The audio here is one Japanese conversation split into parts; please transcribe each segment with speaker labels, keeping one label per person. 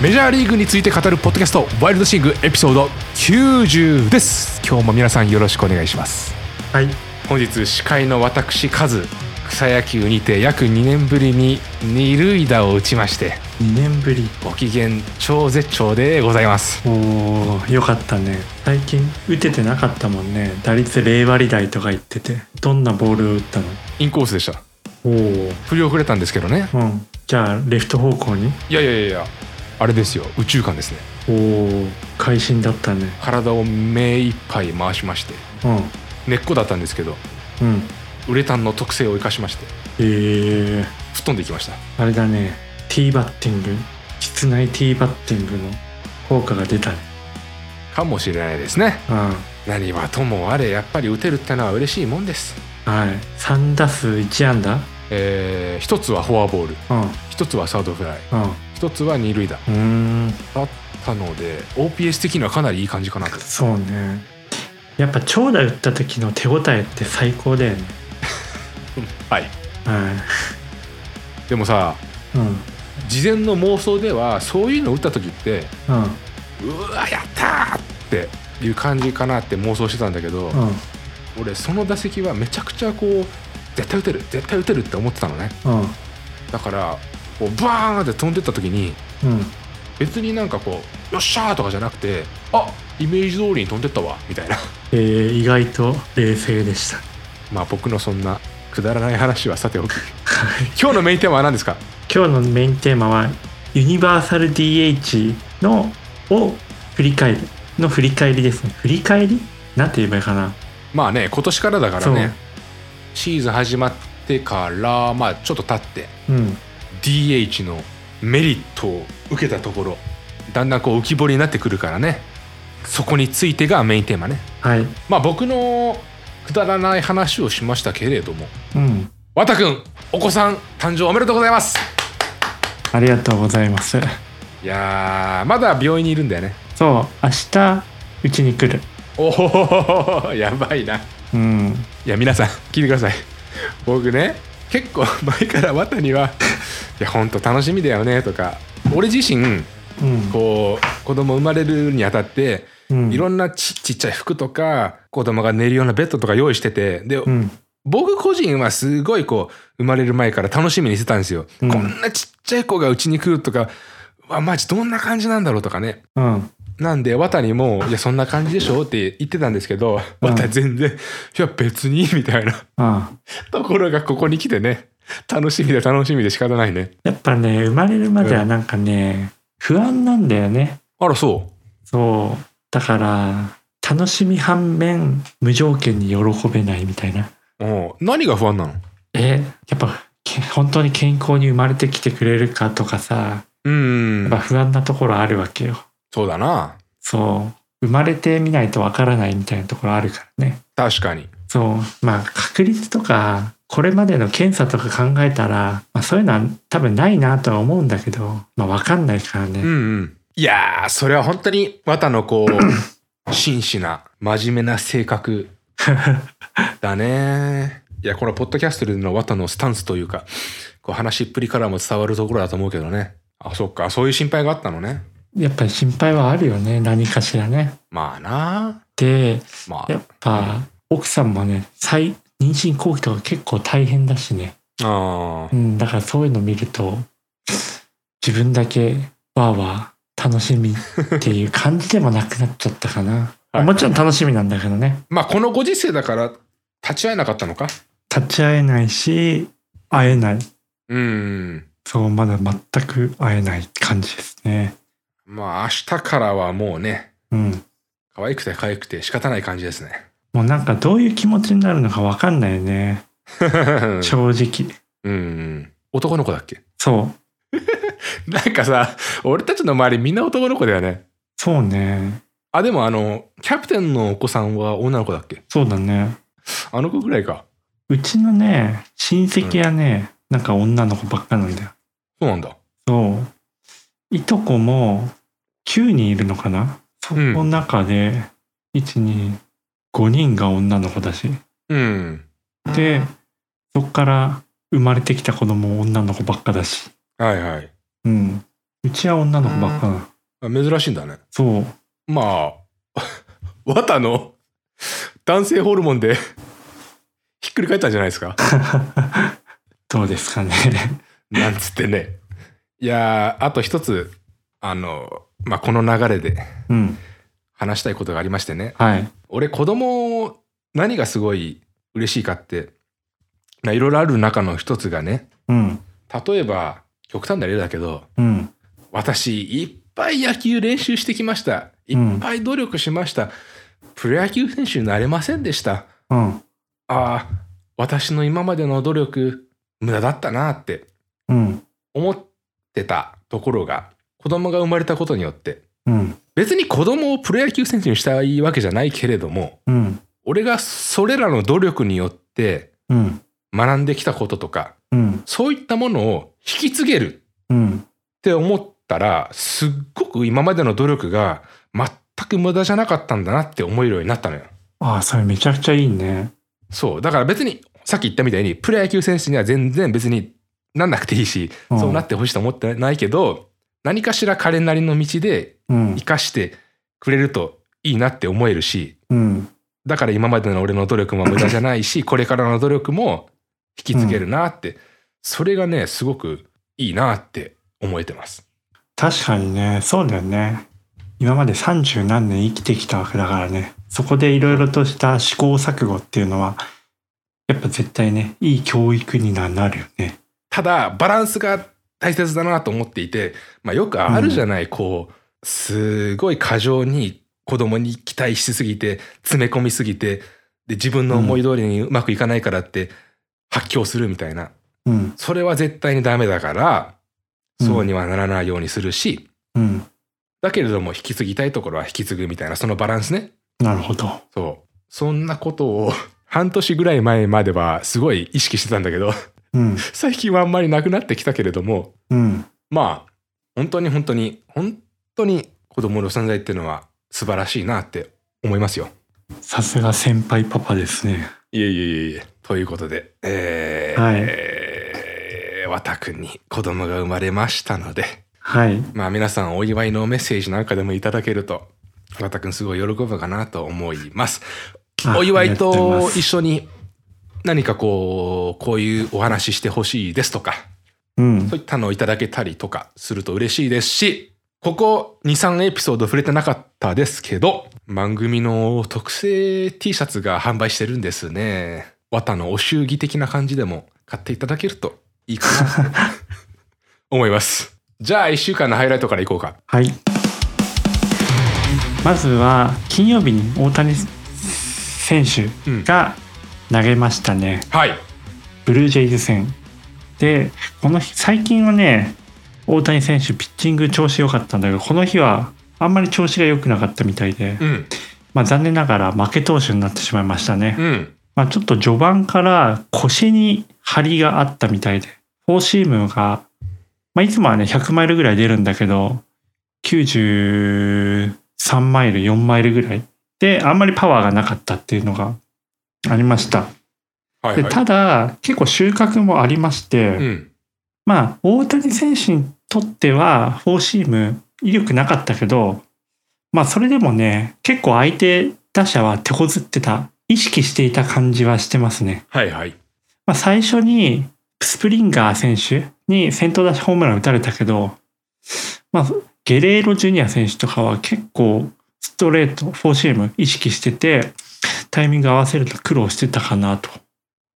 Speaker 1: メジャーリーグについて語るポッドキャストワイルドシングエピソード90です今日も皆さんよろしくお願いします
Speaker 2: はい、
Speaker 1: 本日司会の私カズ草野球にて約2年ぶりに二塁打を打ちまして
Speaker 2: 2年ぶり。
Speaker 1: ご機嫌超絶頂でございます
Speaker 2: おー、よかったね。最近、打ててなかったもんね。打率0割台とか言ってて。どんなボールを打ったの
Speaker 1: インコースでした
Speaker 2: おー。
Speaker 1: 振り遅れたんですけどね
Speaker 2: うん。じゃあ、レフト方向に
Speaker 1: いやいやいやいやあれですよ宇宙間ですね
Speaker 2: おー、会心だったね。
Speaker 1: 体を目いっぱい回しまして
Speaker 2: う
Speaker 1: 根っこだったんですけど
Speaker 2: ん。うん。
Speaker 1: ウレタンの特性を生かしまして
Speaker 2: えー、
Speaker 1: 吹っ飛んでいきました
Speaker 2: あれだね。ティーバッティング。室内ティーバッティングの効果が出たね。
Speaker 1: かもしれないですね
Speaker 2: うん。はい。
Speaker 1: 何はともあれやっぱり打てるってのは嬉しいもんです
Speaker 2: 3打数1安打
Speaker 1: えー一つはフォアボール
Speaker 2: うん。う
Speaker 1: 一つはサードフライ
Speaker 2: ん。う
Speaker 1: 一つは二塁打
Speaker 2: ーん。
Speaker 1: だったので OPS 的にはかなりいい感じかなと
Speaker 2: そうねやっぱ長打打った時の手応えって最高だよね
Speaker 1: はい
Speaker 2: は
Speaker 1: でもさ
Speaker 2: いうん
Speaker 1: 事前の妄想ではそういうの打った時って
Speaker 2: うん
Speaker 1: うわやったーっていう感じかなって妄想してたんだけど、
Speaker 2: うん
Speaker 1: 俺その打席はめちゃくちゃこう絶対打てる絶対打てるって思ってたのね
Speaker 2: うん
Speaker 1: だからこうバーンって飛んでった時に
Speaker 2: うん
Speaker 1: 別になんかこうよっしゃーとかじゃなくてあイメージ通りに飛んでったわみたいな
Speaker 2: えー、意外と冷静でした
Speaker 1: まあ僕のそんなくだらない話はさておき今日のメインテーマは何ですか
Speaker 2: 今日のメインテーマはユニバーサル DH のを振り返るの振り返りですね振り返りなんて言えばいいかな
Speaker 1: まあね今年からだから
Speaker 2: そう
Speaker 1: ねシーズン始まってからまあちょっと経って
Speaker 2: うん
Speaker 1: DH のメリットを受けたところだんだんこう浮き彫りになってくるからねそこについてがメインテーマね
Speaker 2: はい
Speaker 1: まあ僕のくだらない話をしましたけれども
Speaker 2: うん
Speaker 1: わたくんお子さん誕生おめでとうございます
Speaker 2: ありがとうございます
Speaker 1: いやーまだ病院にいるんだよね
Speaker 2: そう明日うちに来る
Speaker 1: おお やばいな
Speaker 2: うん
Speaker 1: いや皆さん聞いてください僕ね結構前からワタに は「いやほんと楽しみだよね」とか俺自身
Speaker 2: うん
Speaker 1: こう子供生まれるにあたって
Speaker 2: うん
Speaker 1: いろんなちちっちゃい服とか子供が寝るようなベッドとか用意しててで、
Speaker 2: うん
Speaker 1: 僕個人はすごいこう生まれる前から楽しみにしてたんですよ、
Speaker 2: うん
Speaker 1: こんなちっちゃい子がうちに来るとかわマジどんな感じなんだろうとかね
Speaker 2: うん
Speaker 1: なんで渡にも「いやそんな感じでしょ?」って言ってたんですけど
Speaker 2: うん
Speaker 1: 渡全然「いや別に」みたいな
Speaker 2: うん
Speaker 1: ところがここに来てね楽しみで楽しみで仕方ないね
Speaker 2: やっぱね、生まれるまではなんかね、不安なんだよね。
Speaker 1: あらそ
Speaker 2: そう。だから、楽しみ反面、無条件に喜べないみたいな。
Speaker 1: ううん何が不安なの
Speaker 2: え、やっぱ、け本当に健康に生まれてきてくれるかとかさ、
Speaker 1: う
Speaker 2: や
Speaker 1: ん
Speaker 2: っぱ不安なところあるわけよ。
Speaker 1: そうだな
Speaker 2: そう。生まれてみないとわからないみたいなところあるからね。
Speaker 1: 確かに
Speaker 2: そう。まあ、確率とか、これまでの検査とか考えたら、まあ、そういうのは多分ないなとは思うんだけど、まあ、わかんないからね。
Speaker 1: うんうんいやーそれは本当に綿のこ う真摯な真面目な性格 だねいやこのポッドキャストでの綿のスタンスというかこう話しっぷりからも伝わるところだと思うけどねあそっかそういう心配があったのね
Speaker 2: やっぱり心配はあるよね何かしらね。
Speaker 1: まあな
Speaker 2: で
Speaker 1: ま
Speaker 2: やっぱ奥さんもね再妊娠後期とか結構大変だしね、
Speaker 1: ああ
Speaker 2: う
Speaker 1: ー
Speaker 2: ん、だからそういうの見ると自分だけわーわー楽しみっていう感じでもなくなっちゃったかな、
Speaker 1: はい
Speaker 2: もちろん楽しみなんだけどね
Speaker 1: まあこのご時世だから立ち会えなかったのか
Speaker 2: 立ち会えないし会えない
Speaker 1: うん
Speaker 2: そうまだ全く会えない感じですね
Speaker 1: まあ明日からはもうね
Speaker 2: うん
Speaker 1: 可愛くて可愛くて仕方ない感じです ね
Speaker 2: もうなんかどういう気持ちになるのかわかんないよね正直
Speaker 1: うん男の子だっけ
Speaker 2: そう
Speaker 1: なんかさ、俺たちの周りみんな男の子だよね。
Speaker 2: そうね
Speaker 1: あ、でもあの、キャプテンのお子さんは女の子だっけ
Speaker 2: そうだね
Speaker 1: あの子ぐらいか。
Speaker 2: うちのね、親戚はね、なんか女の子ばっかなんだよ。
Speaker 1: そうなんだ。
Speaker 2: そう。いとこも9人いるのかなそ
Speaker 1: ん
Speaker 2: の中で、1、2、5人が女の子だし。
Speaker 1: うん。
Speaker 2: で、そっから生まれてきた子供も女の子ばっかだし。
Speaker 1: はいはい。
Speaker 2: うん。うちは女の子ばっかな。
Speaker 1: あ珍しいんだね。
Speaker 2: そう。
Speaker 1: まあ、綿の男性ホルモンでひっくり返ったんじゃないですか。
Speaker 2: どうですかね。
Speaker 1: なんつってね。いやーあと一つ、あの、まあ、この流れで
Speaker 2: うん。
Speaker 1: 話したいことがありましてね。
Speaker 2: はい。
Speaker 1: 俺、子供、何がすごい嬉しいかって、まあいろいろある中の一つがね、
Speaker 2: うん。
Speaker 1: 例えば、極端な例だけど、
Speaker 2: うん。
Speaker 1: 私、いっぱい野球練習してきました。いっぱい努力しました。プロ野球選手になれませんでした。
Speaker 2: うん。
Speaker 1: ああ、私の今までの努力、無駄だったなって
Speaker 2: うん。
Speaker 1: 思ってたところが、子供が生まれたことによって、
Speaker 2: うん。
Speaker 1: 別に子供をプロ野球選手にしたいわけじゃないけれども、
Speaker 2: うん。
Speaker 1: 俺がそれらの努力によって
Speaker 2: うん。
Speaker 1: 学んできたこととか、
Speaker 2: うん。
Speaker 1: そういったものを引き継げるっ
Speaker 2: うん。
Speaker 1: て思ったら、すっごく今までの努力が全く無駄じゃなかったんだなって思えるようになったのよ。
Speaker 2: ああ、それめちゃくちゃいいね。
Speaker 1: そう。だから別に、さっき言ったみたいに、プロ野球選手には全然別になんなくていいし、
Speaker 2: ん
Speaker 1: そうなってほしいと思ってないけど、何かしら彼なりの道で
Speaker 2: うん
Speaker 1: 生。かしてくれるといいなって思えるし、
Speaker 2: うん。
Speaker 1: だから今までの俺の努力も無駄じゃないし、これからの努力も引き継げるなって、それがね、すごくいいなって思えてます。
Speaker 2: 確かにね、そうだよね。今まで三十何年生きてきたわけだからね。そこでいろいろとした試行錯誤っていうのは、やっぱ絶対ね、いい教育にはなるよね。
Speaker 1: ただ、バランスが大切だなと思っていて、まあよくあるじゃない、こう、すごい過剰に子供に期待しすぎて、詰め込みすぎて、で、自分の思い通りにうまくいかないからって発狂するみたいな。
Speaker 2: うん。
Speaker 1: それは絶対にダメだから、
Speaker 2: うん
Speaker 1: そうにはならないようにするし、
Speaker 2: うん。
Speaker 1: だけれども引き継ぎたいところは引き継ぐみたいな、そのバランスね。
Speaker 2: なるほど。
Speaker 1: そう。そんなことを 半年ぐらい前まではすごい意識してたんだけど、
Speaker 2: うん。
Speaker 1: 最近はあんまりなくなってきたけれども、
Speaker 2: うん。
Speaker 1: まあ、本当に本当に、本当に子供の存在っていうのは素晴らしいなって思いますよ。
Speaker 2: さすが先輩パパですね。
Speaker 1: いえいえいえいえ。ということで、えー、
Speaker 2: はい
Speaker 1: えー、わたくんに子供が生まれましたので、
Speaker 2: はい。
Speaker 1: まあ皆さんお祝いのメッセージなんかでもいただけると、わたくんすごい喜ぶかなと思います。
Speaker 2: あ
Speaker 1: お祝い
Speaker 2: ありがうござい
Speaker 1: と
Speaker 2: ます
Speaker 1: 一緒に何かこう、こういうお話ししてほしいですとか、
Speaker 2: うん
Speaker 1: そ。ういったのをいただけたりとかすると嬉しいですし、ここ2、3エピソード触れてなかったですけど、番組の特製 T シャツが販売してるんですね。綿のお祝儀的な感じでも買っていただけるといいかなって思います。 じゃあ1週間のハイライトからいこうか。
Speaker 2: はい。まずは、金曜日に大谷選手
Speaker 1: うん。
Speaker 2: が投げましたね。
Speaker 1: はい。
Speaker 2: ブルージェイズ戦でこの日最近はね大谷選手ピッチング調子良かったんだけどこの日はあんまり調子が良くなかったみたいで、
Speaker 1: うん。
Speaker 2: まあ、残念ながら負け投手になってしまいましたね、
Speaker 1: うん。
Speaker 2: まあ、ちょっと序盤から腰に張りがあったみたいでフォーシームが、まあ、いつもはね100マイルぐらい出るんだけど93マイル4マイルぐらいであんまりパワーがなかったっていうのがありました
Speaker 1: はい、
Speaker 2: で
Speaker 1: はい。
Speaker 2: ただ結構収穫もありまして、
Speaker 1: うん。
Speaker 2: まあ大谷選手にとってはフォーシーム威力なかったけどまあそれでもね結構相手打者は手こずってた意識していた感じはしてますね、
Speaker 1: はいはい。
Speaker 2: まあ、最初にスプリンガー選手に先頭打者ホームラン打たれたけどまあゲレーロジュニア選手とかは結構ストレートフォーシーム意識しててタイミング合わせると苦労してたかなと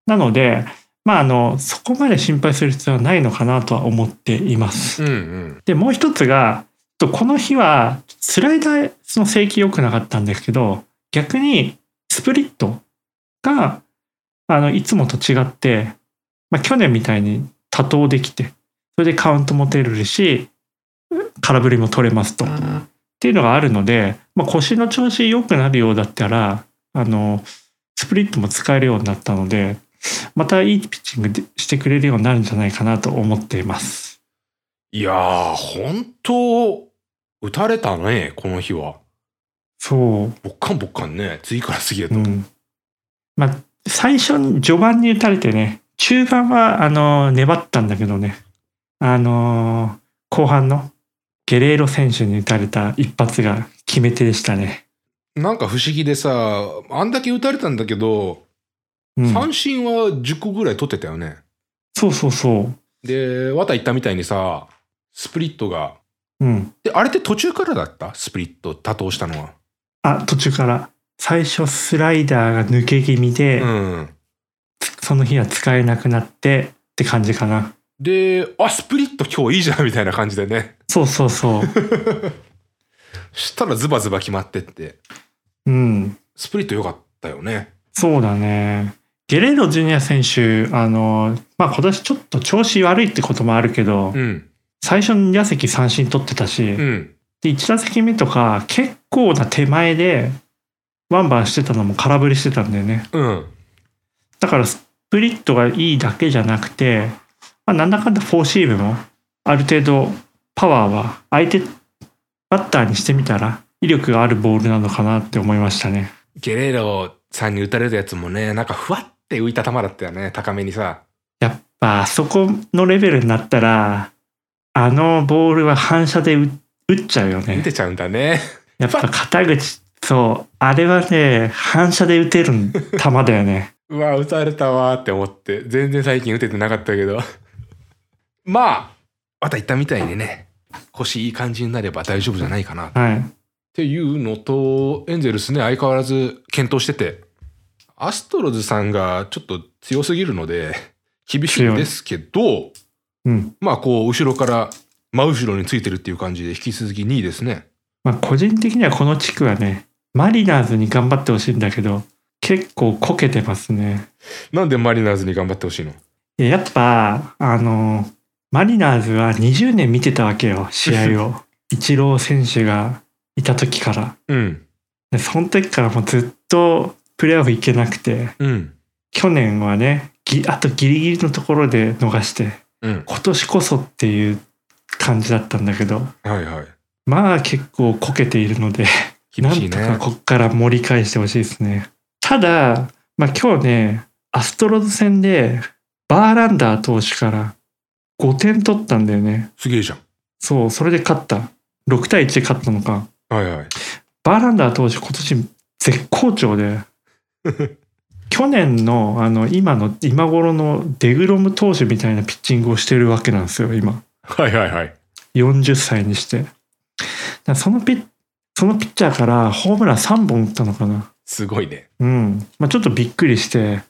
Speaker 2: なのでまああのそこまで心配する必要はないのかなとは思っています
Speaker 1: うんうん。
Speaker 2: でもう一つがちょっとこの日はスライダーの制球良くなかったんですけど逆にスプリットがあのいつもと違って、まあ、去年みたいに多投できてそれでカウントも取れるし空振りも取れますと。っていうのがあるので、まあ、腰の調子良くなるようだったらあのスプリットも使えるようになったのでまたいいピッチングでしてくれるようになるんじゃないかなと思っています。
Speaker 1: いやー、本当打たれたね、この日は。
Speaker 2: そう
Speaker 1: ぼっかんぼっかんね、次から次へと。
Speaker 2: うん、まあ最初に序盤に打たれてね中盤はあの粘ったんだけどねあの後半のゲレーロ選手に打たれた一発が決め手でしたね。
Speaker 1: なんか不思議でさ、あんだけ打たれたんだけど、
Speaker 2: うん、
Speaker 1: 三振は10個ぐらい取ってたよね。
Speaker 2: そうそうそ
Speaker 1: で、綿言ったみたいにさ、スプリットが。
Speaker 2: う。うん。
Speaker 1: で、あれって途中からだったスプリット多投したのは。
Speaker 2: あ、途中から。最初スライダーが抜け気味で、
Speaker 1: うん。
Speaker 2: その日は使えなくなってって感じかな。
Speaker 1: で、あ、スプリット今日いいじゃんみたいな感じでね。
Speaker 2: そうそうそう。
Speaker 1: したらズバズバ決まってって。
Speaker 2: うん。
Speaker 1: スプリット良かったよね。
Speaker 2: そうだね。ゲレーロジュニア選手、あの、まあ今年ちょっと調子悪いってこともあるけど、
Speaker 1: うん。
Speaker 2: 最初の2打席三振取ってたし、
Speaker 1: うん。
Speaker 2: で1打席目とか結構な手前でワンバンしてたのも空振りしてたんだよね
Speaker 1: うん。
Speaker 2: だからスプリットがいいだけじゃなくて、まあ、なんだかんだフォーシームもある程度パワーは相手バッターにしてみたら威力があるボールなのかなって思いましたね
Speaker 1: ゲレーロさんに打たれたやつもね、なんかふわって浮いた球だったよね。高めにさ。
Speaker 2: やっぱあそこのレベルになったらあのボールは反射で打打っちゃうよね
Speaker 1: 打てちゃうんだね。
Speaker 2: やっぱ肩口、そう、あれはね、反射で打てる球だよね。
Speaker 1: うわ、打たれたわーって思って、全然最近打ててなかったけど。 まあ、また言ったみたいにね、腰いい感じになれば大丈夫じゃないかな。っ
Speaker 2: はい。
Speaker 1: ていうのと、エンゼルスね、相変わらず検討してて、アストロズさんがちょっと強すぎるので、厳しいんですけど、
Speaker 2: うん。
Speaker 1: まあ、こう、後ろから、真後ろについてるっていう感じで、引き続き2位ですね。
Speaker 2: まあ、個人的にはこの地区はね、マリナーズに頑張ってほしいんだけど、結構こけてますね。
Speaker 1: なんでマリナーズに頑張ってほしいの
Speaker 2: いややっぱ、あの、マリナーズは20年見てたわけよ、試合を。イチロー選手がいた時から。
Speaker 1: うん。
Speaker 2: でその時からもうずっとプレーオフ行けなくて、
Speaker 1: うん。
Speaker 2: 去年はね、ぎあとギリギリのところで逃して、
Speaker 1: うん。
Speaker 2: 今年こそっていう感じだったんだけど
Speaker 1: はいはい。
Speaker 2: まあ結構こけているので、
Speaker 1: 厳
Speaker 2: な
Speaker 1: し
Speaker 2: ん
Speaker 1: い
Speaker 2: と
Speaker 1: ね
Speaker 2: か。こっから盛り返してほしいですねただ、まあ、今日ねアストロズ戦でバーランダー投手から5点取ったんだよね
Speaker 1: すげえじゃん。
Speaker 2: そうそれで勝った6対1で勝ったのか
Speaker 1: はいはい。
Speaker 2: バーランダー投手今年絶好調で去年のあの今の今頃のデグロム投手みたいなピッチングをしてるわけなんですよ今
Speaker 1: はいはいはい。
Speaker 2: 40歳にして。だからそのピッ、そのピッチャーからホームラン3本打ったのかな。
Speaker 1: すごいね。
Speaker 2: うん。まあちょっとびっくりして。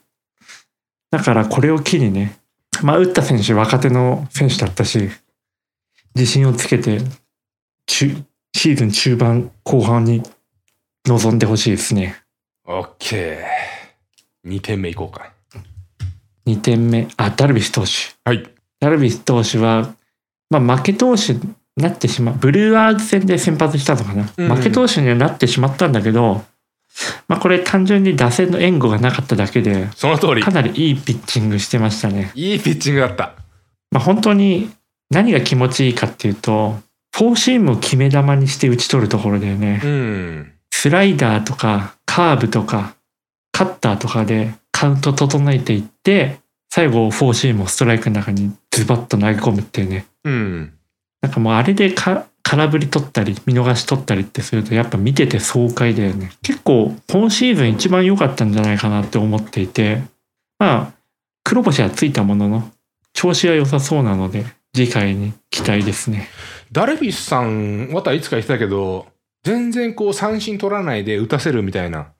Speaker 2: だからこれを機にね、まあ打った選手若手の選手だったし、自信をつけて、中シーズン中盤後半に臨んでほしいですね。
Speaker 1: オッケー。2点目いこうか。
Speaker 2: 2点目、あ、ダルビッシュ投手。
Speaker 1: はい。
Speaker 2: ダルビッシュ投手は、まあ、負け投手になってしまう。ブルワーズ戦で先発したのかな。
Speaker 1: うん
Speaker 2: 負け投手にはなってしまったんだけど、まあ、これ単純に打線の援護がなかっただけで、
Speaker 1: その通り
Speaker 2: か。なりいいピッチングしてましたね。
Speaker 1: いいピッチングだった。
Speaker 2: まあ、本当に何が気持ちいいかっていうと、フォーシームを決め球にして打ち取るところだよね。
Speaker 1: うん。
Speaker 2: スライダーとかカーブとかカッターとかでカウント整えていって、最後フォーシームをストライクの中にズバッと投げ込むっていうね。
Speaker 1: うん。
Speaker 2: なんかもうあれでか空振り取ったり見逃し取ったりってするとやっぱ見てて爽快だよね結構今シーズン一番良かったんじゃないかなって思っていてまあ黒星はついたものの調子は良さそうなので次回に期待ですね
Speaker 1: ダルビッシュさん、またいつか言ってたけど、全然こう三振取らないで打たせるみたいな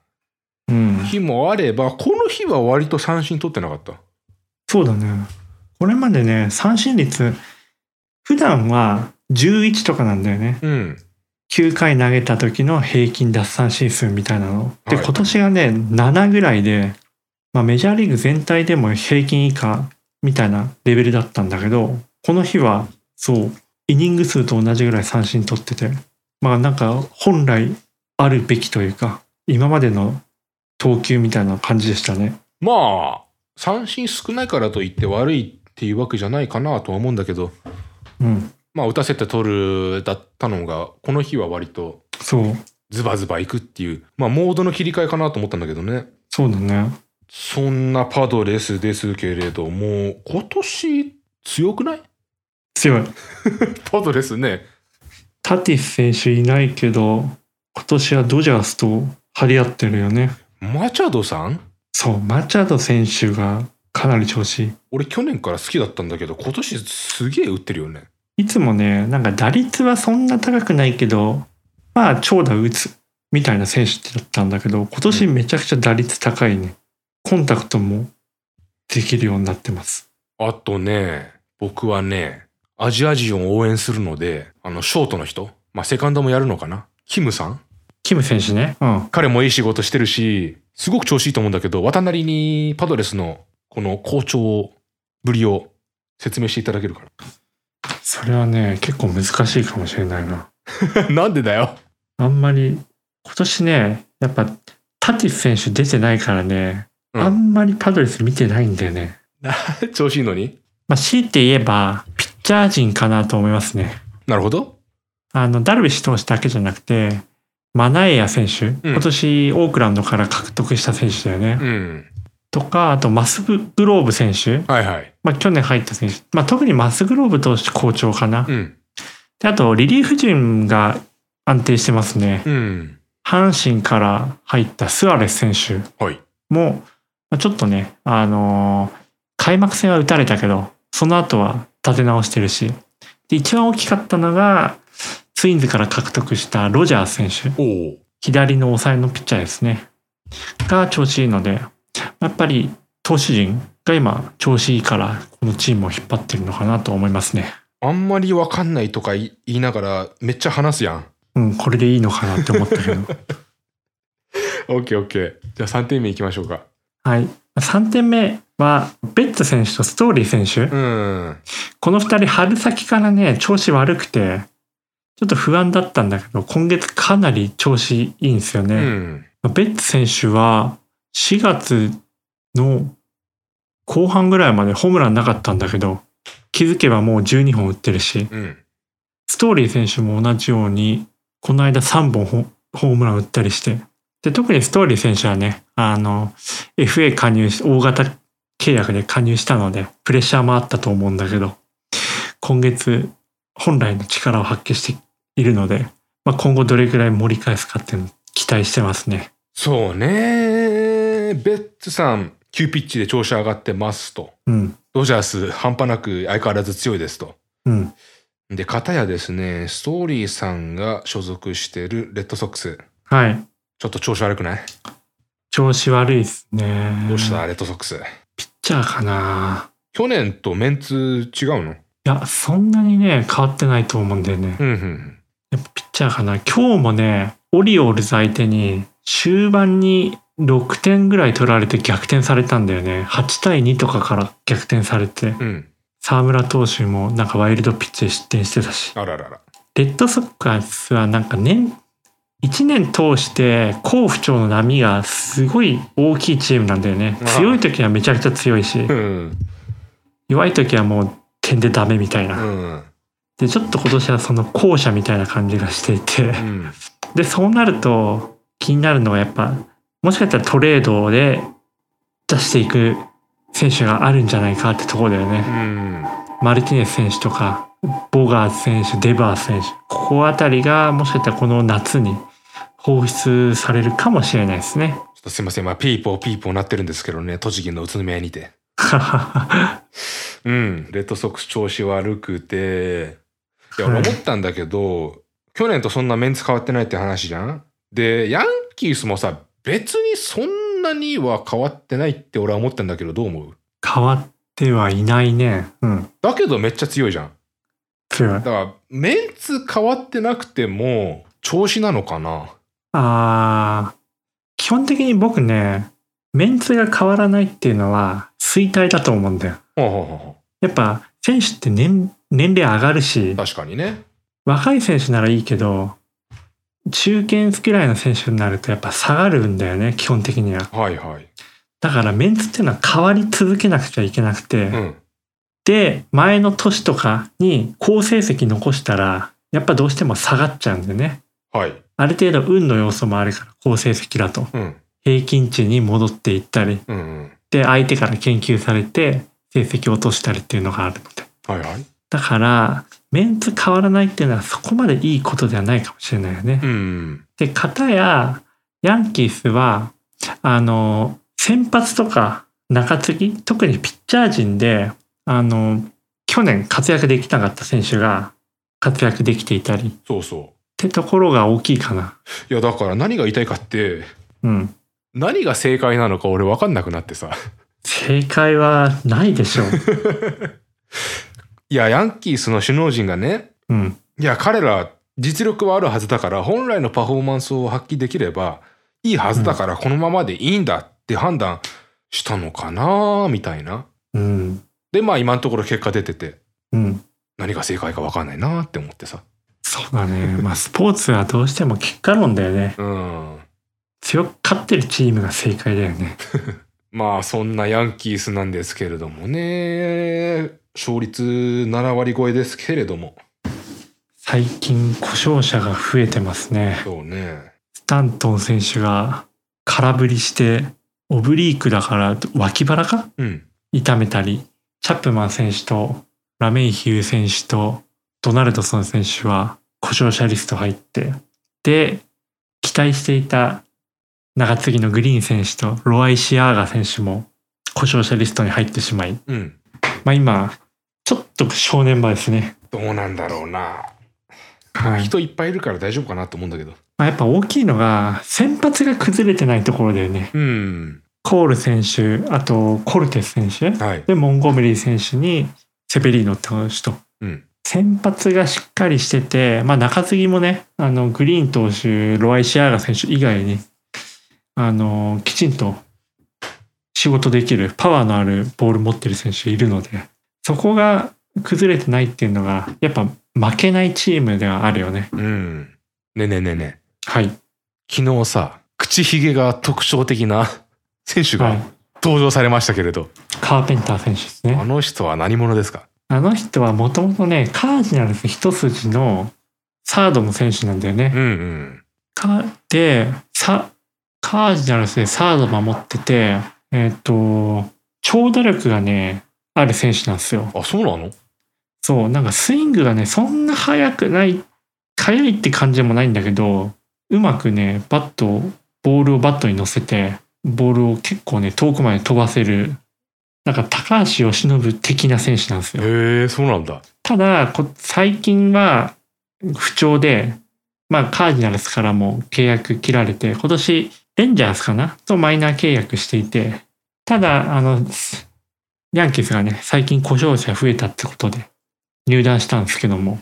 Speaker 2: うん
Speaker 1: 日もあれば、この日は割と三振取ってなかった。
Speaker 2: そうだねこれまでね三振率普段は11とかなんだよね
Speaker 1: うん。
Speaker 2: 9回投げた時の平均奪三振数みたいなの。で、
Speaker 1: はい
Speaker 2: 今年がね、7ぐらいで、まあメジャーリーグ全体でも平均以下みたいなレベルだったんだけど、この日は、そう、イニング数と同じぐらい三振取ってて、まあなんか本来あるべきというか、今までの投球みたいな感じでしたね。
Speaker 1: まあ、三振少ないからといって悪いっていうわけじゃないかなとは思うんだけど、
Speaker 2: うん。
Speaker 1: まあ、打たせて取るだったのが、この日は割と
Speaker 2: そう。
Speaker 1: ズバズバいくっていう、まあ、モードの切り替えかなと思ったんだけどね。
Speaker 2: そうだね。
Speaker 1: そんなパドレスですけれども、今年強くない
Speaker 2: 強い。
Speaker 1: パドレスね。
Speaker 2: タティス選手いないけど、今年はドジャースと張り合ってるよね。
Speaker 1: マチャドさん
Speaker 2: そう、マチャド選手がかなり調子いい。
Speaker 1: 俺去年から好きだったんだけど今年すげえ打ってるよね
Speaker 2: いつもね、なんか打率はそんな高くないけど、まあ長打打つみたいな選手だったんだけど、今年めちゃくちゃ打率高いね。コンタクトもできるようになってます。
Speaker 1: あとね僕はねアジア人を応援するのであのショートの人まあセカンドもやるのかなキムさん
Speaker 2: キム選手ね。うん。
Speaker 1: 彼もいい仕事してるしすごく調子いいと思うんだけど渡りにパドレスのこの好調ぶりを説明していただけるか
Speaker 2: それはね、結構難しいかもしれないな。
Speaker 1: な なんでだよ
Speaker 2: あんまり、今年ね、やっぱタティス選手出てないからね、
Speaker 1: うん
Speaker 2: あんまりパドレス見てないんだよね。
Speaker 1: 調子いいのに
Speaker 2: まあ強いて言えば、ピッチャー陣かなと思いますね。
Speaker 1: なるほど
Speaker 2: あの、ダルビッシュ投手だけじゃなくて、マナエア選手、
Speaker 1: うん
Speaker 2: 今年オークランドから獲得した選手だよね。
Speaker 1: うん
Speaker 2: とか、あとマスグローブ選手、
Speaker 1: はいはい
Speaker 2: まあ去年入った選手、まあ特にマスグローブ投手好調かな。
Speaker 1: うん
Speaker 2: で、あとリリーフ陣が安定してますね。
Speaker 1: うん
Speaker 2: 阪神から入ったスアレス選手
Speaker 1: はい
Speaker 2: も、まあちょっとね、あのー開幕戦は打たれたけど、その後は立て直してるし。で、一番大きかったのが、ツインズから獲得したロジャース選手。
Speaker 1: おお
Speaker 2: 左の抑えのピッチャーですね。が調子いいので、やっぱり投手陣が今調子いいから、このチームを引っ張ってるのかなと思いますね。
Speaker 1: あんまりわかんないとか言い言いながらめっちゃ話すやん。
Speaker 2: うん、これでいいのかなって思ったけど。
Speaker 1: オッケーオッケー。じゃあ3点目いきましょうか。
Speaker 2: はい。3点目は、ベッツ選手とストーリー選
Speaker 1: う
Speaker 2: 手。
Speaker 1: ん。
Speaker 2: この2人、春先からね、調子悪くて、ちょっと不安だったんだけど、今月かなり調子いいんですよね。
Speaker 1: うん。
Speaker 2: ベッツ選手は4月の後半ぐらいまでホームランなかったんだけど、気づけばもう12本打ってるし、
Speaker 1: うん。
Speaker 2: ストーリー選手も同じように、この間3本ホホームラン打ったりして、で、特にストーリー選手はね、あの、FA 加入し、大型契約で加入したので、プレッシャーもあったと思うんだけど、今月、本来の力を発揮しているので、まあ、今後どれくらい盛り返すかっていうのを期待してますね。
Speaker 1: そうね。ベッツさん、急ピッチで調子上がってますと。
Speaker 2: うん。
Speaker 1: ドジャース、半端なく相変わらず強いですと。
Speaker 2: うん。
Speaker 1: で、片やですね、ストーリーさんが所属してるレッドソックス。
Speaker 2: はい。
Speaker 1: ちょっと調子悪くない
Speaker 2: 調子悪いですね。
Speaker 1: どうし
Speaker 2: ピッ
Speaker 1: たレッドソックス。
Speaker 2: チャーかな
Speaker 1: 去年とメンツ違うの
Speaker 2: いや、そんなにね、変わってないと思うんだよね。
Speaker 1: うんうん。
Speaker 2: やっぱピッチャーかな今日もね、オリオールズ相手に、終盤に6点ぐらい取られて逆転されたんだよね。8対2とかから逆転されて、
Speaker 1: うん。
Speaker 2: 沢村投手もなんかワイルドピッチで失点してたし。
Speaker 1: あららら。
Speaker 2: レッドソックスはなんか年、1年通して好不調の波がすごい大きいチームなんだよね
Speaker 1: うん。
Speaker 2: 強い時はめちゃくちゃ強いし。
Speaker 1: うん。
Speaker 2: 弱い時はもう点でダメみたいうな。
Speaker 1: ん。
Speaker 2: で、ちょっと今年はその後者みたいな感じがしていて
Speaker 1: う。ん。
Speaker 2: で、そうなると気になるのはやっぱ、もしかしたらトレードで出していく選手があるんじゃないかってところだよ
Speaker 1: う
Speaker 2: ね。
Speaker 1: ん。
Speaker 2: マルティネス選手とか、ボガーズ選手、デバース選手。ここあたりがもしかしたらこの夏に放出されるかもしれないですね。
Speaker 1: ちょっとすいません、まあ、ピーポーピーポーなってるんですけどね、栃木の宇都宮にて。うん、レッドソックス調子悪くて、いや、
Speaker 2: はい
Speaker 1: 俺思ったんだけど、去年とそんなメンツ変わってないって話じゃんで、ヤンキースもさ、別にそんなには変わってないって俺は思ったんだけど、どう思う
Speaker 2: 変わってはいないね。うん。
Speaker 1: だけどめっちゃ強いじゃん。
Speaker 2: 強い
Speaker 1: だ。から、メンツ変わってなくても、調子なのかな
Speaker 2: あー基本的に僕ね、メンツが変わらないっていうのは衰退だと思うんだよ。
Speaker 1: ほうほうほうほ
Speaker 2: やっぱ選手って年年齢上がるし
Speaker 1: う、確かにね。
Speaker 2: 若い選手ならいいけど、中堅くらいの選手になるとやっぱ下がるんだよね、基本的には。
Speaker 1: はいはい。
Speaker 2: だからメンツっていうのは変わり続けなくちゃいけなくて、
Speaker 1: うん。
Speaker 2: で、前の年とかに好成績残したら、やっぱどうしても下がっちゃうんだよね。
Speaker 1: はい。
Speaker 2: ある程度運の要素もあるから、好成績だと。
Speaker 1: うん。
Speaker 2: 平均値に戻っていったり、
Speaker 1: うんうん。
Speaker 2: で相手から研究されて成績を落としたりっていうのがあるので
Speaker 1: はいはい。
Speaker 2: だから、メンツ変わらないっていうのはそこまでいいことではないかもしれないよね。
Speaker 1: うん。
Speaker 2: で、片や、ヤンキースは、あの、先発とか中継ぎ、特にピッチャー陣で、あの、去年活躍できなかった選手が活躍できていたりっ
Speaker 1: そうそ
Speaker 2: てところが大きいかな。
Speaker 1: う。いや、だから何が言いたいかって、
Speaker 2: うん。
Speaker 1: 何が正解なのか俺分かんなくなってさ。
Speaker 2: 正解はない でしょう。
Speaker 1: いや、ヤンキースの首脳陣がね、
Speaker 2: うん。
Speaker 1: いや、彼ら実力はあるはずだから、本来のパフォーマンスを発揮できればいいはずだから、このままでいいんだって判断したのかなみたいな。
Speaker 2: うん。
Speaker 1: で、まあ今のところ結果出てて、
Speaker 2: うん。
Speaker 1: 何が正解か分かんないなって思ってさ。
Speaker 2: そうだね。まあ、スポーツはどうしても結果論だよね。
Speaker 1: うん。
Speaker 2: 強く勝ってるチームが正解だよね。
Speaker 1: まあそんなヤンキースなんですけれどもね、勝率7割超えですけれども。
Speaker 2: 最近、故障者が増えてますね。
Speaker 1: そうね。
Speaker 2: スタントン選手が空振りして、オブリークだから脇腹か
Speaker 1: うん。
Speaker 2: 痛めたり、チャップマン選手とラメイヒュー選手とドナルドソン選手は故障者リスト入って、で、期待していた長継ぎのグリーン選手とロアイシアーガ選手も故障者リストに入ってしまい、
Speaker 1: うん。
Speaker 2: まあ今、ちょっと正念場ですね。
Speaker 1: どうなんだろうな。
Speaker 2: はい。
Speaker 1: 人いっぱいいるから大丈夫かなと思うんだけど。
Speaker 2: まあ、やっぱ大きいのが、先発が崩れてないところだよね。
Speaker 1: うん。
Speaker 2: コール選手、あとコルテス選手、
Speaker 1: はい。
Speaker 2: で、モンゴメリー選手にセベリーノって人。
Speaker 1: うん。
Speaker 2: 先発がしっかりしてて、まあ中継ぎもね、あの、グリーン投手、ロアイシアーガ選手以外に、あの、きちんと仕事できる、パワーのあるボール持ってる選手いるので、そこが崩れてないっていうのが、やっぱ負けないチームではあるよね。
Speaker 1: うん。ねえねえねえねえ。
Speaker 2: はい。
Speaker 1: 昨日さ、口ひげが特徴的な選手
Speaker 2: は
Speaker 1: が
Speaker 2: い。
Speaker 1: 登場されましたけれど、
Speaker 2: カーペンター選手ですね
Speaker 1: あ。の人は何者ですか
Speaker 2: あの人はもともとね、カージナルス一筋のサードの選手なんだよ
Speaker 1: うん
Speaker 2: ね。
Speaker 1: うん。
Speaker 2: かで、さ、カージナルスでサード守ってて、えっ、と、長打力がね、ある選手なんですよ。
Speaker 1: あ、そうなの
Speaker 2: そう、なんかスイングがね、そんな速くない、速いって感じでもないんだけど、うまくね、バットを、ボールをバットに乗せて、ボールを結構ね、遠くまで飛ばせる、なんか高橋由伸的な選手なんですよ。
Speaker 1: へえ、そうなんだ。
Speaker 2: ただ、こ最近は不調で、まあ、カージナルスからも契約切られて、今年、レンジャーズかなとマイナー契約していて、ただ、あの、ヤンキースがね、最近故障者増えたってことで入団したんですけども、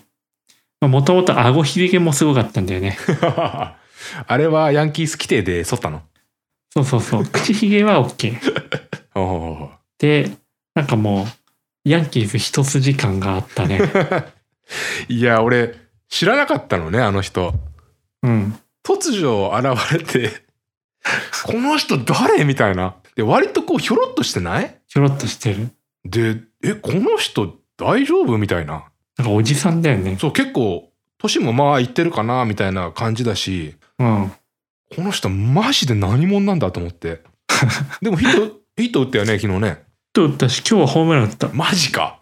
Speaker 2: もともと顎ひびげもすごかったんだよね。
Speaker 1: あれはヤンキース規定で剃ったの
Speaker 2: そうそうそう。口ひげは OK。
Speaker 1: あ
Speaker 2: で、なんかもう、ヤンキース一筋感があったね。
Speaker 1: あ。いや、俺、知らなかったのね、あの人。
Speaker 2: うん。
Speaker 1: 突如現れて、この人誰みたいな。で、割とこう、ひょろっとしてない
Speaker 2: ひょろっとしてる。
Speaker 1: で、え、この人大丈夫みたいな。
Speaker 2: なんかおじさんだよね。
Speaker 1: そう結構年もまあいってるかなみたいな感じだし
Speaker 2: うん。
Speaker 1: この人マジで何者なんだと思ってでもヒットヒット打ったよね昨日ね
Speaker 2: ヒット打ったし、今日はホームラン打った。
Speaker 1: マジか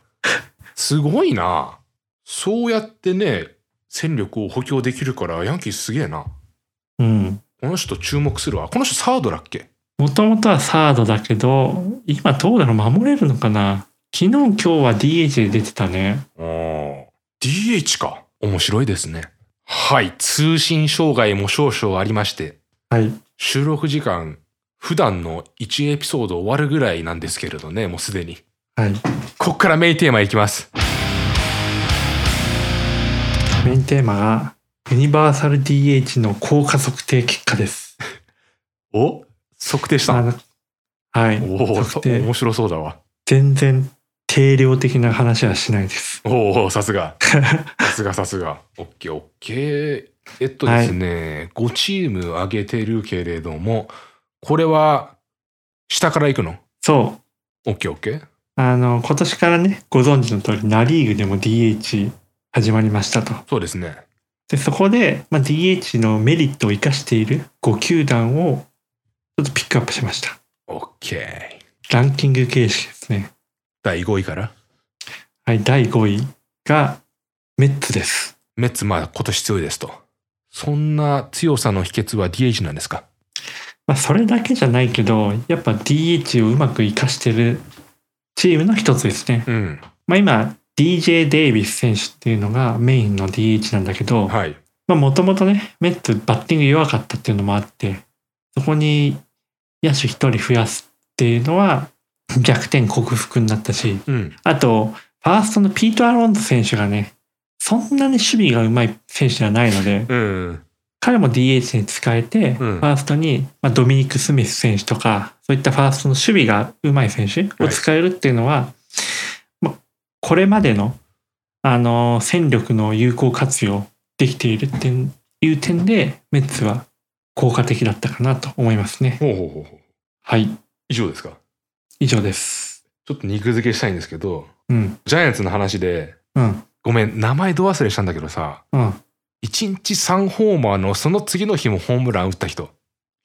Speaker 1: すごいなそうやってね戦力を補強できるからヤンキースすげえな
Speaker 2: うん。
Speaker 1: この人注目するわこの人サードだっけ
Speaker 2: もともとはサードだけど、今どうだろう守れるのかな昨日、今日は DH で出てたね。
Speaker 1: あー DH か面白いですねはい通信障害も少々ありまして
Speaker 2: はい。
Speaker 1: 収録時間普段の1エピソード終わるぐらいなんですけれどねもうすでに
Speaker 2: はい。
Speaker 1: こっからメインテーマいきます。
Speaker 2: メインテーマが、ユニバーサル DH の効果測定結果です。
Speaker 1: お測定した
Speaker 2: あ
Speaker 1: の
Speaker 2: のはい。
Speaker 1: おお、そ
Speaker 2: 測定
Speaker 1: 面白そうだわ。
Speaker 2: 全然定量的な話はしないです。
Speaker 1: おお、さすが。さすがさすが。オッケーオッケー。えっとですね、5チーム上げてるけれども、これは下から行くの
Speaker 2: そう。
Speaker 1: オッケーオッケー。
Speaker 2: あの、今年からね、ご存知の通り、ナリーグでも DH 始まりましたと。
Speaker 1: そうですね。
Speaker 2: でそこで、まあ、DH のメリットを生かしている5球団をちょっとピックアップしました
Speaker 1: オッケー。
Speaker 2: ランキング形式ですね
Speaker 1: 第5位から。
Speaker 2: はい第5位がメッツです。
Speaker 1: メッツ、まあ今年強いですと。そんな強さの秘訣は DH なんですか
Speaker 2: まあ、それだけじゃないけど、やっぱ DH をうまく活かしてるチームの一つですね。
Speaker 1: うん。
Speaker 2: まあ、今、DJ デイビス選手っていうのがメインの DH なんだけど、
Speaker 1: はい。
Speaker 2: まあもともとね、メッツバッティング弱かったっていうのもあって、そこに野手一人増やすっていうのは逆転克服になったし、
Speaker 1: うん。
Speaker 2: あと、ファーストのピート・アロンズ選手がね、そんなに守備が上手い選手ではないので、
Speaker 1: うん。
Speaker 2: 彼も DH に使えて、
Speaker 1: うん
Speaker 2: ファーストに、まあ、ドミニク・スミス選手とか、そういったファーストの守備が上手い選手を使えるっていうのは、まあ、これまでの、あのー戦力の有効活用できているっていう点で、メッツは効果的だったかなと思いますね。
Speaker 1: ほうほうほうほう。
Speaker 2: はい、
Speaker 1: 以上ですか
Speaker 2: 以上です。
Speaker 1: ちょっと肉付けしたいんですけど、
Speaker 2: うん、
Speaker 1: ジャイアンツの話で、
Speaker 2: うん、
Speaker 1: ごめん、名前ど忘れしたんだけどさ、
Speaker 2: うん。
Speaker 1: 1日3ホーマーのその次の日もホームラン打った人。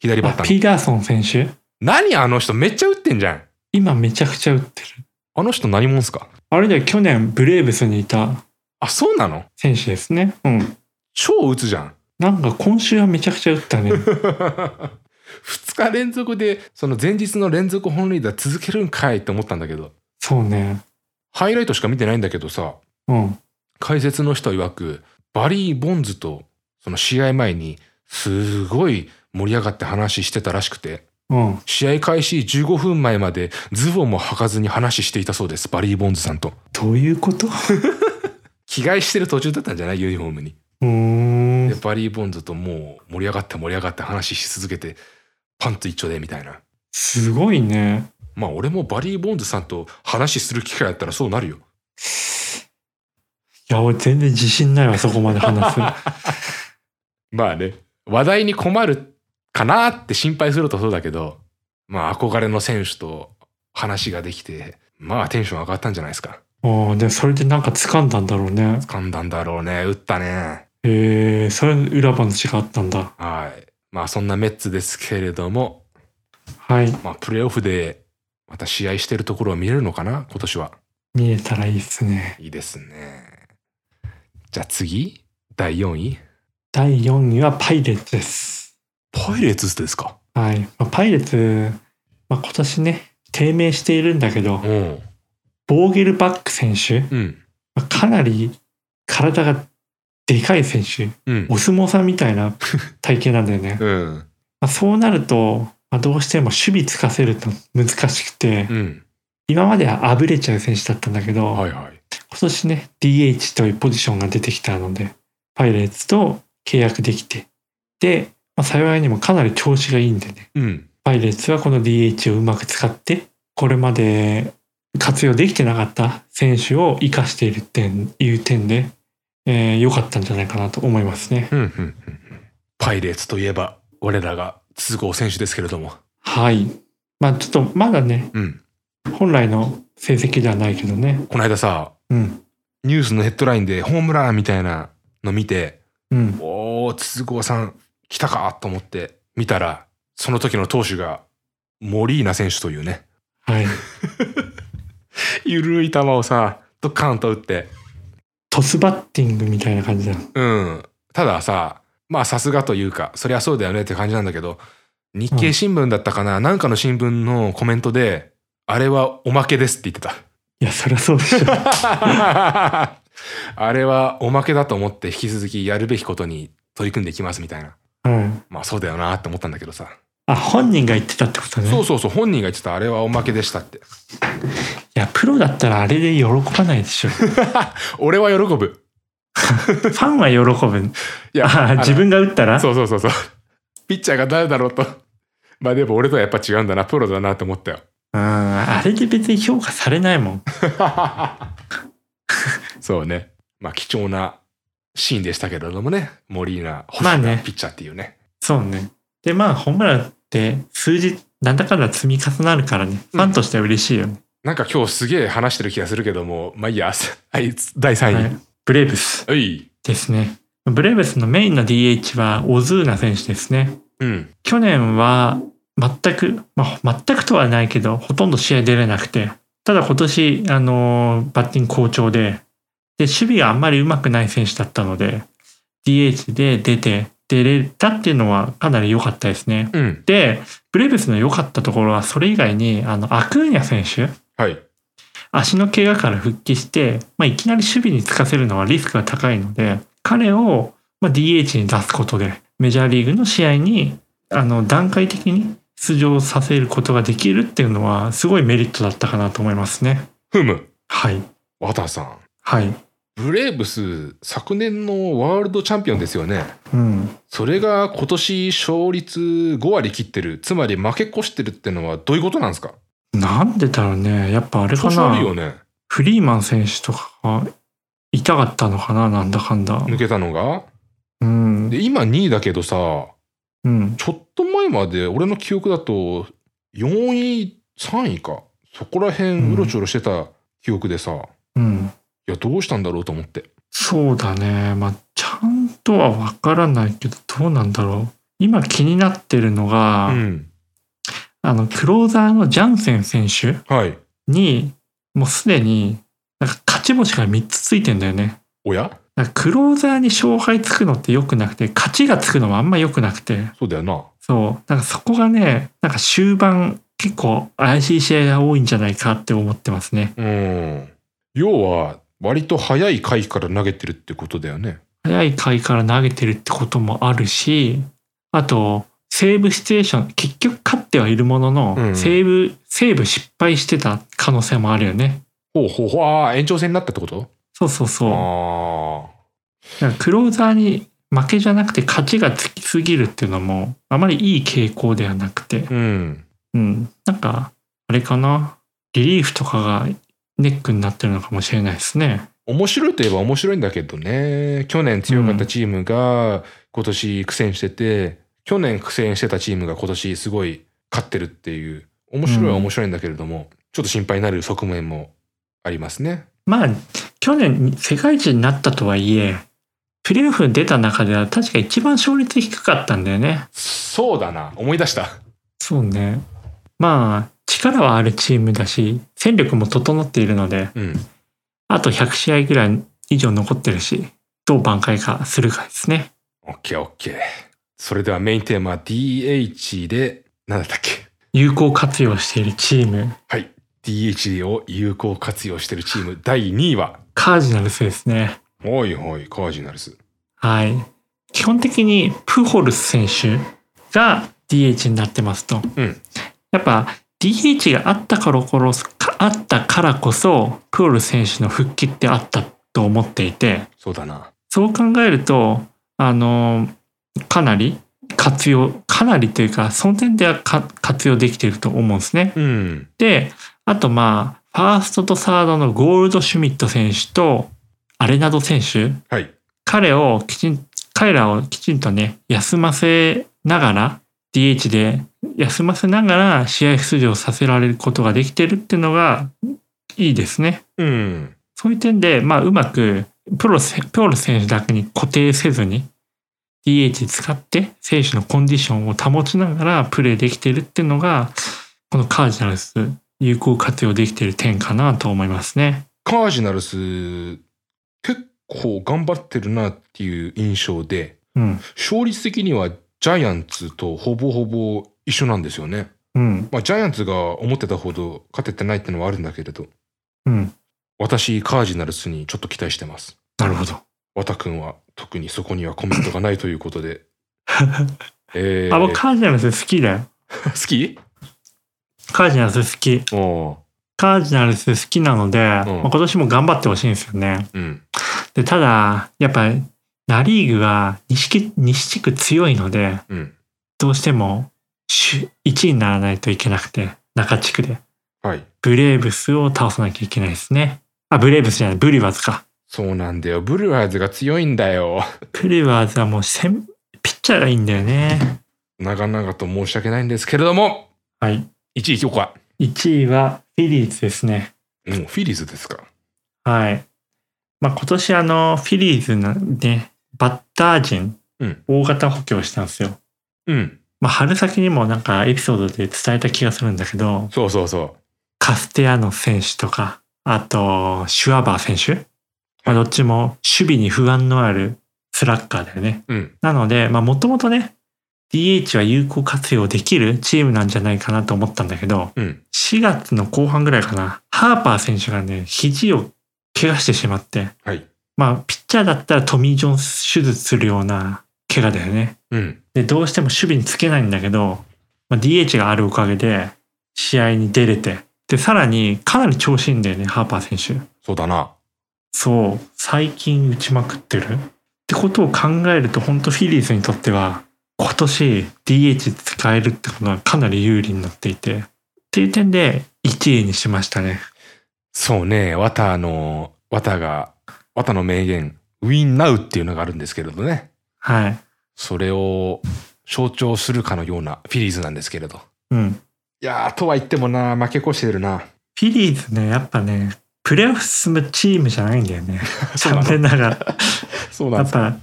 Speaker 1: 左バッ
Speaker 2: あ
Speaker 1: ター
Speaker 2: ピ
Speaker 1: の。
Speaker 2: ーダーソン選手、
Speaker 1: 何あの人めっちゃ打ってんじゃん。
Speaker 2: 今めちゃくちゃ打ってる。
Speaker 1: あの人何者っすか
Speaker 2: あれで去年ブレーブスにいた
Speaker 1: あ、そうなの
Speaker 2: 選手ですね。うん。
Speaker 1: 超打つじゃん。
Speaker 2: なんか今週はめちゃくちゃ打ったね。
Speaker 1: 2日連続で、その前日の連続本塁打続けるんかいって思ったんだけど、
Speaker 2: そうね。
Speaker 1: ハイライトしか見てないんだけどさ、
Speaker 2: うん。
Speaker 1: 解説の人曰くバリー・ボンズとその試合前にすごい盛り上がって話してたらしくて
Speaker 2: うん。
Speaker 1: 試合開始15分前までズボンも履かずに話していたそうですバリー・ボンズさんと
Speaker 2: どういうことう
Speaker 1: 着替えしてる途中だったんじゃないユニフォームに
Speaker 2: ーん
Speaker 1: で。バリー・ボンズともう盛り上がって盛り上がって話し続けてパンツ一丁でみたいな
Speaker 2: すごいね。
Speaker 1: まあ俺もバリー・ボンズさんと話する機会あったらそうなるよ
Speaker 2: いや、俺全然自信ないわ、そこまで 話す。
Speaker 1: まあね話題に困るかなって心配するとそうだけどまあ憧れの選手と話ができてまあテンション上がったんじゃないですか
Speaker 2: うん。で、それでなんか掴んだんだろうね。
Speaker 1: 掴んだんだろうね打ったね
Speaker 2: へえー、それ裏話があったんだ。
Speaker 1: はいまあそんなメッツですけれども
Speaker 2: はい。
Speaker 1: まあプレーオフでまた試合してるところを見れるのかな今年は
Speaker 2: 見えたらいいっすね。
Speaker 1: いいですねじゃあ次第4位
Speaker 2: 第4位はパイレーツです。
Speaker 1: パイレーツですか
Speaker 2: はい。まあ、パイレーツ、まあ、今年ね、低迷しているんだけど、
Speaker 1: うん
Speaker 2: ボーゲルバック選手、
Speaker 1: うん
Speaker 2: まあかなり体がでかい選手、
Speaker 1: うん
Speaker 2: お相撲さんみたいな体型なんだよね。
Speaker 1: うん
Speaker 2: まあ、そうなると、まあ、どうしても守備つかせると難しくて、
Speaker 1: うん
Speaker 2: 今まではあぶれちゃう選手だったんだけど、
Speaker 1: はいはい
Speaker 2: 今年ね、DH というポジションが出てきたので、パイレーツと契約できて、で、まあ、幸いにもかなり調子がいいんでね、
Speaker 1: うん
Speaker 2: パイレーツはこの DH をうまく使って、これまで活用できてなかった選手を生かしている点、いう点で、えー良かったんじゃないかなと思いますね。
Speaker 1: うんうんうんうんパイレーツといえば我らが筒香選手ですけれども、
Speaker 2: はい。まあちょっとまだね、
Speaker 1: うん、
Speaker 2: 本来の成績ではないけどね。
Speaker 1: この間さ
Speaker 2: うん。
Speaker 1: ニュースのヘッドラインでホームランみたいなの見て
Speaker 2: うん。
Speaker 1: おー筒香さん来たかと思って見たらその時の投手がモリーナ選手というね
Speaker 2: はい。
Speaker 1: ゆるい球をさドカーンと打って
Speaker 2: トスバッティングみたいな感じだ。
Speaker 1: うんたださまあさすがというかそりゃそうだよねって感じなんだけど日経新聞だったかな、なんかの新聞のコメントであれはおまけですって言ってた。
Speaker 2: いや、そりゃそうでしょ。
Speaker 1: あれはおまけだと思って引き続きやるべきことに取り組んでいきますみたいな。
Speaker 2: うん。
Speaker 1: まあそうだよなって思ったんだけどさ。
Speaker 2: あ、本人が言ってたってことね。
Speaker 1: そう
Speaker 2: い
Speaker 1: そうそう、本人が言ってたあれはおまけでしたって。
Speaker 2: や、プロだったらあれで喜ばないでしょ。フ
Speaker 1: 俺は喜ぶ。
Speaker 2: ァンは喜ぶ。
Speaker 1: いや、
Speaker 2: あ
Speaker 1: あ
Speaker 2: ー
Speaker 1: の
Speaker 2: 自分が打ったら
Speaker 1: そうそうそうそう。ピッチャーが誰だろうと。まあでも俺とはやっぱ違うんだな、プロだなって思ったよ。
Speaker 2: うん、あれで別に評価されないもん。
Speaker 1: そうね。まあ貴重なシーンでしたけれどもね、モリーナ、星
Speaker 2: まあ
Speaker 1: が
Speaker 2: ね
Speaker 1: ピッチャーっていうね。
Speaker 2: そうね。で、まあ、ホームランって数字、なんだかんだ積み重なるからね、
Speaker 1: うん
Speaker 2: ファンとしては嬉しいよね。
Speaker 1: なんか今日すげえ話してる気がするけども、まあいいや、 あいつ第3位。
Speaker 2: はいブレーブス
Speaker 1: はい。
Speaker 2: ですね。ブレーブスのメインの DH はオズーナ選手ですね。
Speaker 1: うん。
Speaker 2: 去年は全く、まあ、全くとはないけど、ほとんど試合出れなくて、ただ今年、あのーバッティング好調で、で、守備があんまり上手くない選手だったので、DH で出て、出れたっていうのはかなり良かったですね。
Speaker 1: うん。
Speaker 2: で、ブレーブスの良かったところは、それ以外に、あの、アクーニャ選手、
Speaker 1: はい。
Speaker 2: 足の怪我から復帰して、まあ、いきなり守備につかせるのはリスクが高いので、彼を、まあ、DH に出すことで、メジャーリーグの試合に、あの、段階的に出場させることができるっていうのは、すごいメリットだったかなと思いますね。
Speaker 1: ふむ。
Speaker 2: はい。
Speaker 1: ワタさん。
Speaker 2: はい。
Speaker 1: ブレーブス、昨年のワールドチャンピオンですよね。
Speaker 2: うん。
Speaker 1: それが今年勝率5割切ってる、つまり負け越してるってのはどういうことなんですか
Speaker 2: なんでだろうね。やっぱあれか
Speaker 1: 調子悪い
Speaker 2: な。
Speaker 1: よね。
Speaker 2: フリーマン選手とかが痛かったのかな、なんだかんだ。
Speaker 1: 抜けたのが。
Speaker 2: うん。
Speaker 1: で、今2位だけどさ、
Speaker 2: うん。
Speaker 1: ちょっと前まで俺の記憶だと4位3位かそこら辺
Speaker 2: うん
Speaker 1: うろちょろしてた記憶でさ、い
Speaker 2: うん。
Speaker 1: やどうしたんだろうと思って
Speaker 2: そうだね。まあ、ちゃんとはわからないけど、どうなんだろう。今気になってるのが、
Speaker 1: うん
Speaker 2: あの、クローザーのジャンセン選手
Speaker 1: はい
Speaker 2: に、もうすでに、なんか勝ち星が3つついてんだよね。
Speaker 1: おや
Speaker 2: なんかクローザーに勝敗つくのって良くなくて、勝ちがつくのもあんま良くなくて、
Speaker 1: そうだよな
Speaker 2: そう。なんかそこがね、なんか終盤結構怪しい試合が多いんじゃないかって思ってますね。
Speaker 1: うん要は割と早い回から投げてるってことだよね
Speaker 2: 早い回から投げてるってこともあるし、あと、セーブシチュエーション、結局勝ってはいるものの、
Speaker 1: うん
Speaker 2: セーブ、セーブ失敗してた可能性もあるよね。
Speaker 1: ほうほうほうああ延長戦になったってこと
Speaker 2: そうそうそう。
Speaker 1: あ
Speaker 2: だからクローザーに負けじゃなくて勝ちがつきすぎるっていうのも、あまりいい傾向ではなくて、
Speaker 1: あうん
Speaker 2: うん。なんか、あれかな。リリーフとかがネックになってるのかもしれないですね。
Speaker 1: 面白いといえば面白いんだけどね去年強かったチームが今年苦戦してて、去年苦戦してたチームが今年すごい勝ってるっていう面白いは面白いんだけれども、ちょっと心配になる側面もありますね。
Speaker 2: まあ、去年世界一になったとはいえ、プレーオフに出た中では確か一番勝率低かったんだよね。
Speaker 1: そうだな思い出した。
Speaker 2: そうね。まあ、力はあるチームだし、戦力も整っているので、
Speaker 1: うん、
Speaker 2: あと100試合ぐらい以上残ってるし、どう挽回かするかですね。
Speaker 1: OKOK。それではメインテーマ DH で何だったっけ
Speaker 2: 有効活用しているチーム、
Speaker 1: はい DH を有効活用してるチーム第2位は
Speaker 2: カージナルスですね。
Speaker 1: おいおいカージナルス。
Speaker 2: はい。基本的にプホルス選手が DH になってますと。
Speaker 1: うん
Speaker 2: やっぱ DH があったからこそ、かあったからこそ、プホルス選手の復帰ってあったと思っていて、
Speaker 1: そうだな。
Speaker 2: そう考えると、あの、かなり活用、かなりというか、その点ではか活用できていると思うんですね。
Speaker 1: うん
Speaker 2: で、あとまあ、ファーストとサードのゴールドシュミット選手とアレナド選手、
Speaker 1: はい。
Speaker 2: 彼をきちん、彼らをきちんとね、休ませながら、DH で休ませながら試合出場させられることができてるっていうのがいいですね。
Speaker 1: うん
Speaker 2: そういう点で、まあ、うまくプロせ、プロの選手だけに固定せずに、DH 使って選手のコンディションを保ちながらプレーできてるっていうのが、このカージナルス、有効活用できてる点かなと思いますね。
Speaker 1: カージナルス、結構頑張ってるなっていう印象で、
Speaker 2: うん。
Speaker 1: 勝率的にはジャイアンツとほぼほぼ一緒なんですよね。
Speaker 2: うん。
Speaker 1: まあ、ジャイアンツが思ってたほど勝ててないってのはあるんだけれど、
Speaker 2: うん。
Speaker 1: 私、カージナルスにちょっと期待してます。
Speaker 2: なるほど。
Speaker 1: わたくんは特にそこにはコメントがないということ で。えー、
Speaker 2: あ、僕カージナルス好きだよ。
Speaker 1: 好き
Speaker 2: カージナルス好き。
Speaker 1: おお
Speaker 2: カージナルス好きなので、まあ今年も頑張ってほしいんですよね。
Speaker 1: ー。うん。
Speaker 2: で、ただ、やっぱ、ナリーグは西地区西地区強いので、
Speaker 1: うん。
Speaker 2: どうしても1位にならないといけなくて、中地区で。
Speaker 1: はい。
Speaker 2: ブレーブスを倒さなきゃいけないですね。あ、ブレーブスじゃない、ブリュワーズか。
Speaker 1: そうなんだよ。ブルワーズが強いんだよ。
Speaker 2: ブリュワーズはもう先ピッチャーがいいんだよね。
Speaker 1: 長々と申し訳ないんですけれども、
Speaker 2: はい。
Speaker 1: 1位行こうか。
Speaker 2: 1位はフィリーズですね。
Speaker 1: うん、フィリーズですか。
Speaker 2: はい。まあ今年あの、フィリーズのね、バッター陣、
Speaker 1: うん
Speaker 2: 大型補強したんですよ。
Speaker 1: うん。
Speaker 2: まあ春先にもなんかエピソードで伝えた気がするんだけど、
Speaker 1: そうそうそ
Speaker 2: カステヤノ選手とか、あと、シュワバー選手
Speaker 1: う。
Speaker 2: まあ、どっちも守備に不安のあるスラッガーだよね。
Speaker 1: うん。
Speaker 2: なので、まあ、もともとね、DH は有効活用できるチームなんじゃないかなと思ったんだけど、
Speaker 1: うん。
Speaker 2: 4月の後半ぐらいかな、ハーパー選手がね、肘を怪我してしまって、
Speaker 1: はい。
Speaker 2: まあ、ピッチャーだったらトミー・ジョン手術するような怪我だよね。
Speaker 1: うん。
Speaker 2: で、どうしても守備につけないんだけど、まあ、DH があるおかげで、試合に出れて、で、さらに、かなり調子いいんだよね、ハーパー選手。
Speaker 1: そうだな。
Speaker 2: そう、最近打ちまくってる。ってことを考えると、本当フィリーズにとっては、今年 DH 使えるってことはかなり有利になっていて、っていう点で1位にしましたね。
Speaker 1: そうね。ワタの、ワタが、ワタの名言、Win Now っていうのがあるんですけれどね。
Speaker 2: はい。
Speaker 1: それを象徴するかのようなフィリーズなんですけれど。
Speaker 2: うん。
Speaker 1: いやー、とは言ってもな、負け越してる な。
Speaker 2: フィリーズね、やっぱね、プレーオフ進むチームじゃないんだよね。
Speaker 1: そうな
Speaker 2: 残
Speaker 1: の
Speaker 2: 念ながら。
Speaker 1: そう
Speaker 2: やっぱ、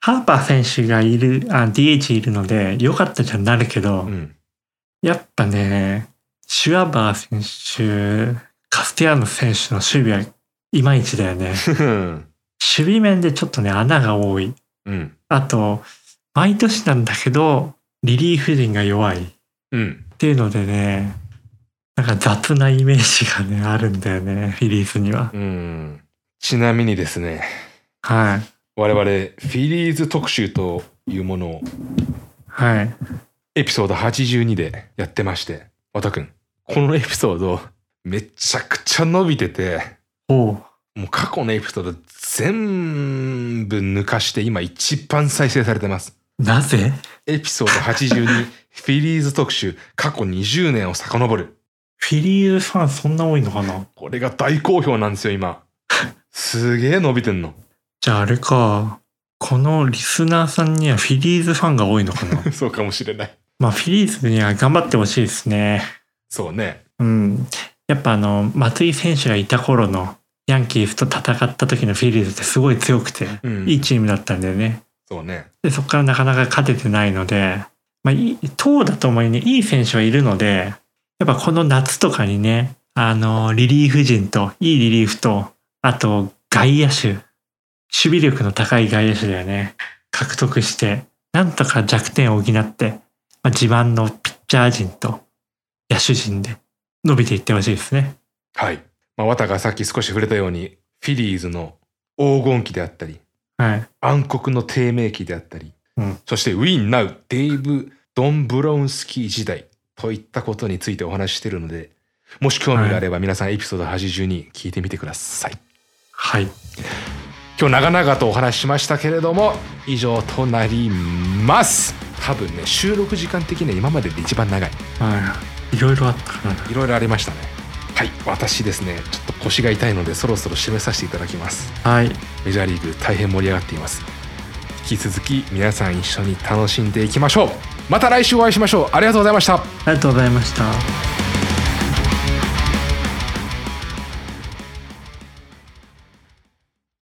Speaker 2: ハーパー選手がいる、あ、DH いるので、良かったじゃんなるけど、
Speaker 1: うん。
Speaker 2: やっぱね、シュアバー選手、カスティアーノ選手の守備はいまいちだよ ね。守備面でちょっとね、穴が多い。
Speaker 1: うん。
Speaker 2: あと、毎年なんだけど、リリーフ陣が弱い。っ
Speaker 1: うん。
Speaker 2: ていうのでね、なんか雑なイメージがね、あるんだよね、フィリーズには。
Speaker 1: うん。ちなみにですね、
Speaker 2: はい。
Speaker 1: 我々、フィリーズ特集というものを
Speaker 2: はい。
Speaker 1: エピソード82でやってまして、和田くん、このエピソード、めちゃくちゃ伸びてて、
Speaker 2: おう
Speaker 1: もう過去のエピソード全部抜かして今一番再生されてます。
Speaker 2: なぜ
Speaker 1: エピソード82、フ ィリーズ特集、過去20年を遡る。
Speaker 2: フィリーズファンそんな多いのかな
Speaker 1: これが大好評なんですよ、今。すげえ伸びてんの。
Speaker 2: じゃああれか。このリスナーさんにはフィリーズファンが多いのか な
Speaker 1: そうかもしれない。
Speaker 2: まあフィリーズには頑張ってほしいですね。
Speaker 1: そうね。
Speaker 2: うん。やっぱあの、松井選手がいた頃のヤンキースと戦った時のフィリーズってすごい強くて、
Speaker 1: うん
Speaker 2: いいチームだったんだよね。
Speaker 1: そうね。
Speaker 2: で、そこからなかなか勝ててないので、まあ、いい投打ともにね、いい選手はいるので、やっぱこの夏とかにね、あの、リリーフ陣と、いいリリーフと、あと、外野手。守備力の高い外野手だよね。獲得して、なんとか弱点を補って、まあ、自慢のピッチャー陣と野手陣で伸びていってほしいですね。
Speaker 1: はい。まあ、綿がさっき少し触れたように、フィリーズの黄金期であったり、
Speaker 2: はい。
Speaker 1: 暗黒の低迷期であったり、
Speaker 2: うん
Speaker 1: そしてウィン・ナウ、デイブ・ドン・ブロウンスキー時代といったことについてお話ししているので、もし興味があれば皆さんエピソード82聞いてみてください。
Speaker 2: はい。
Speaker 1: 今日長々とお話ししましたけれども、以上となります。多分ね、収録時間的には今までで一番長い。
Speaker 2: はい。いろいろあったからな。
Speaker 1: いろいろありましたね。はい、私ですね、ちょっと腰が痛いのでそろそろ締めさせていただきます。
Speaker 2: はい。
Speaker 1: メジャーリーグ大変盛り上がっています引き続き皆さん一緒に楽しんでいきましょうまた来週お会いしましょうありがとうございました
Speaker 2: ありがとうございました。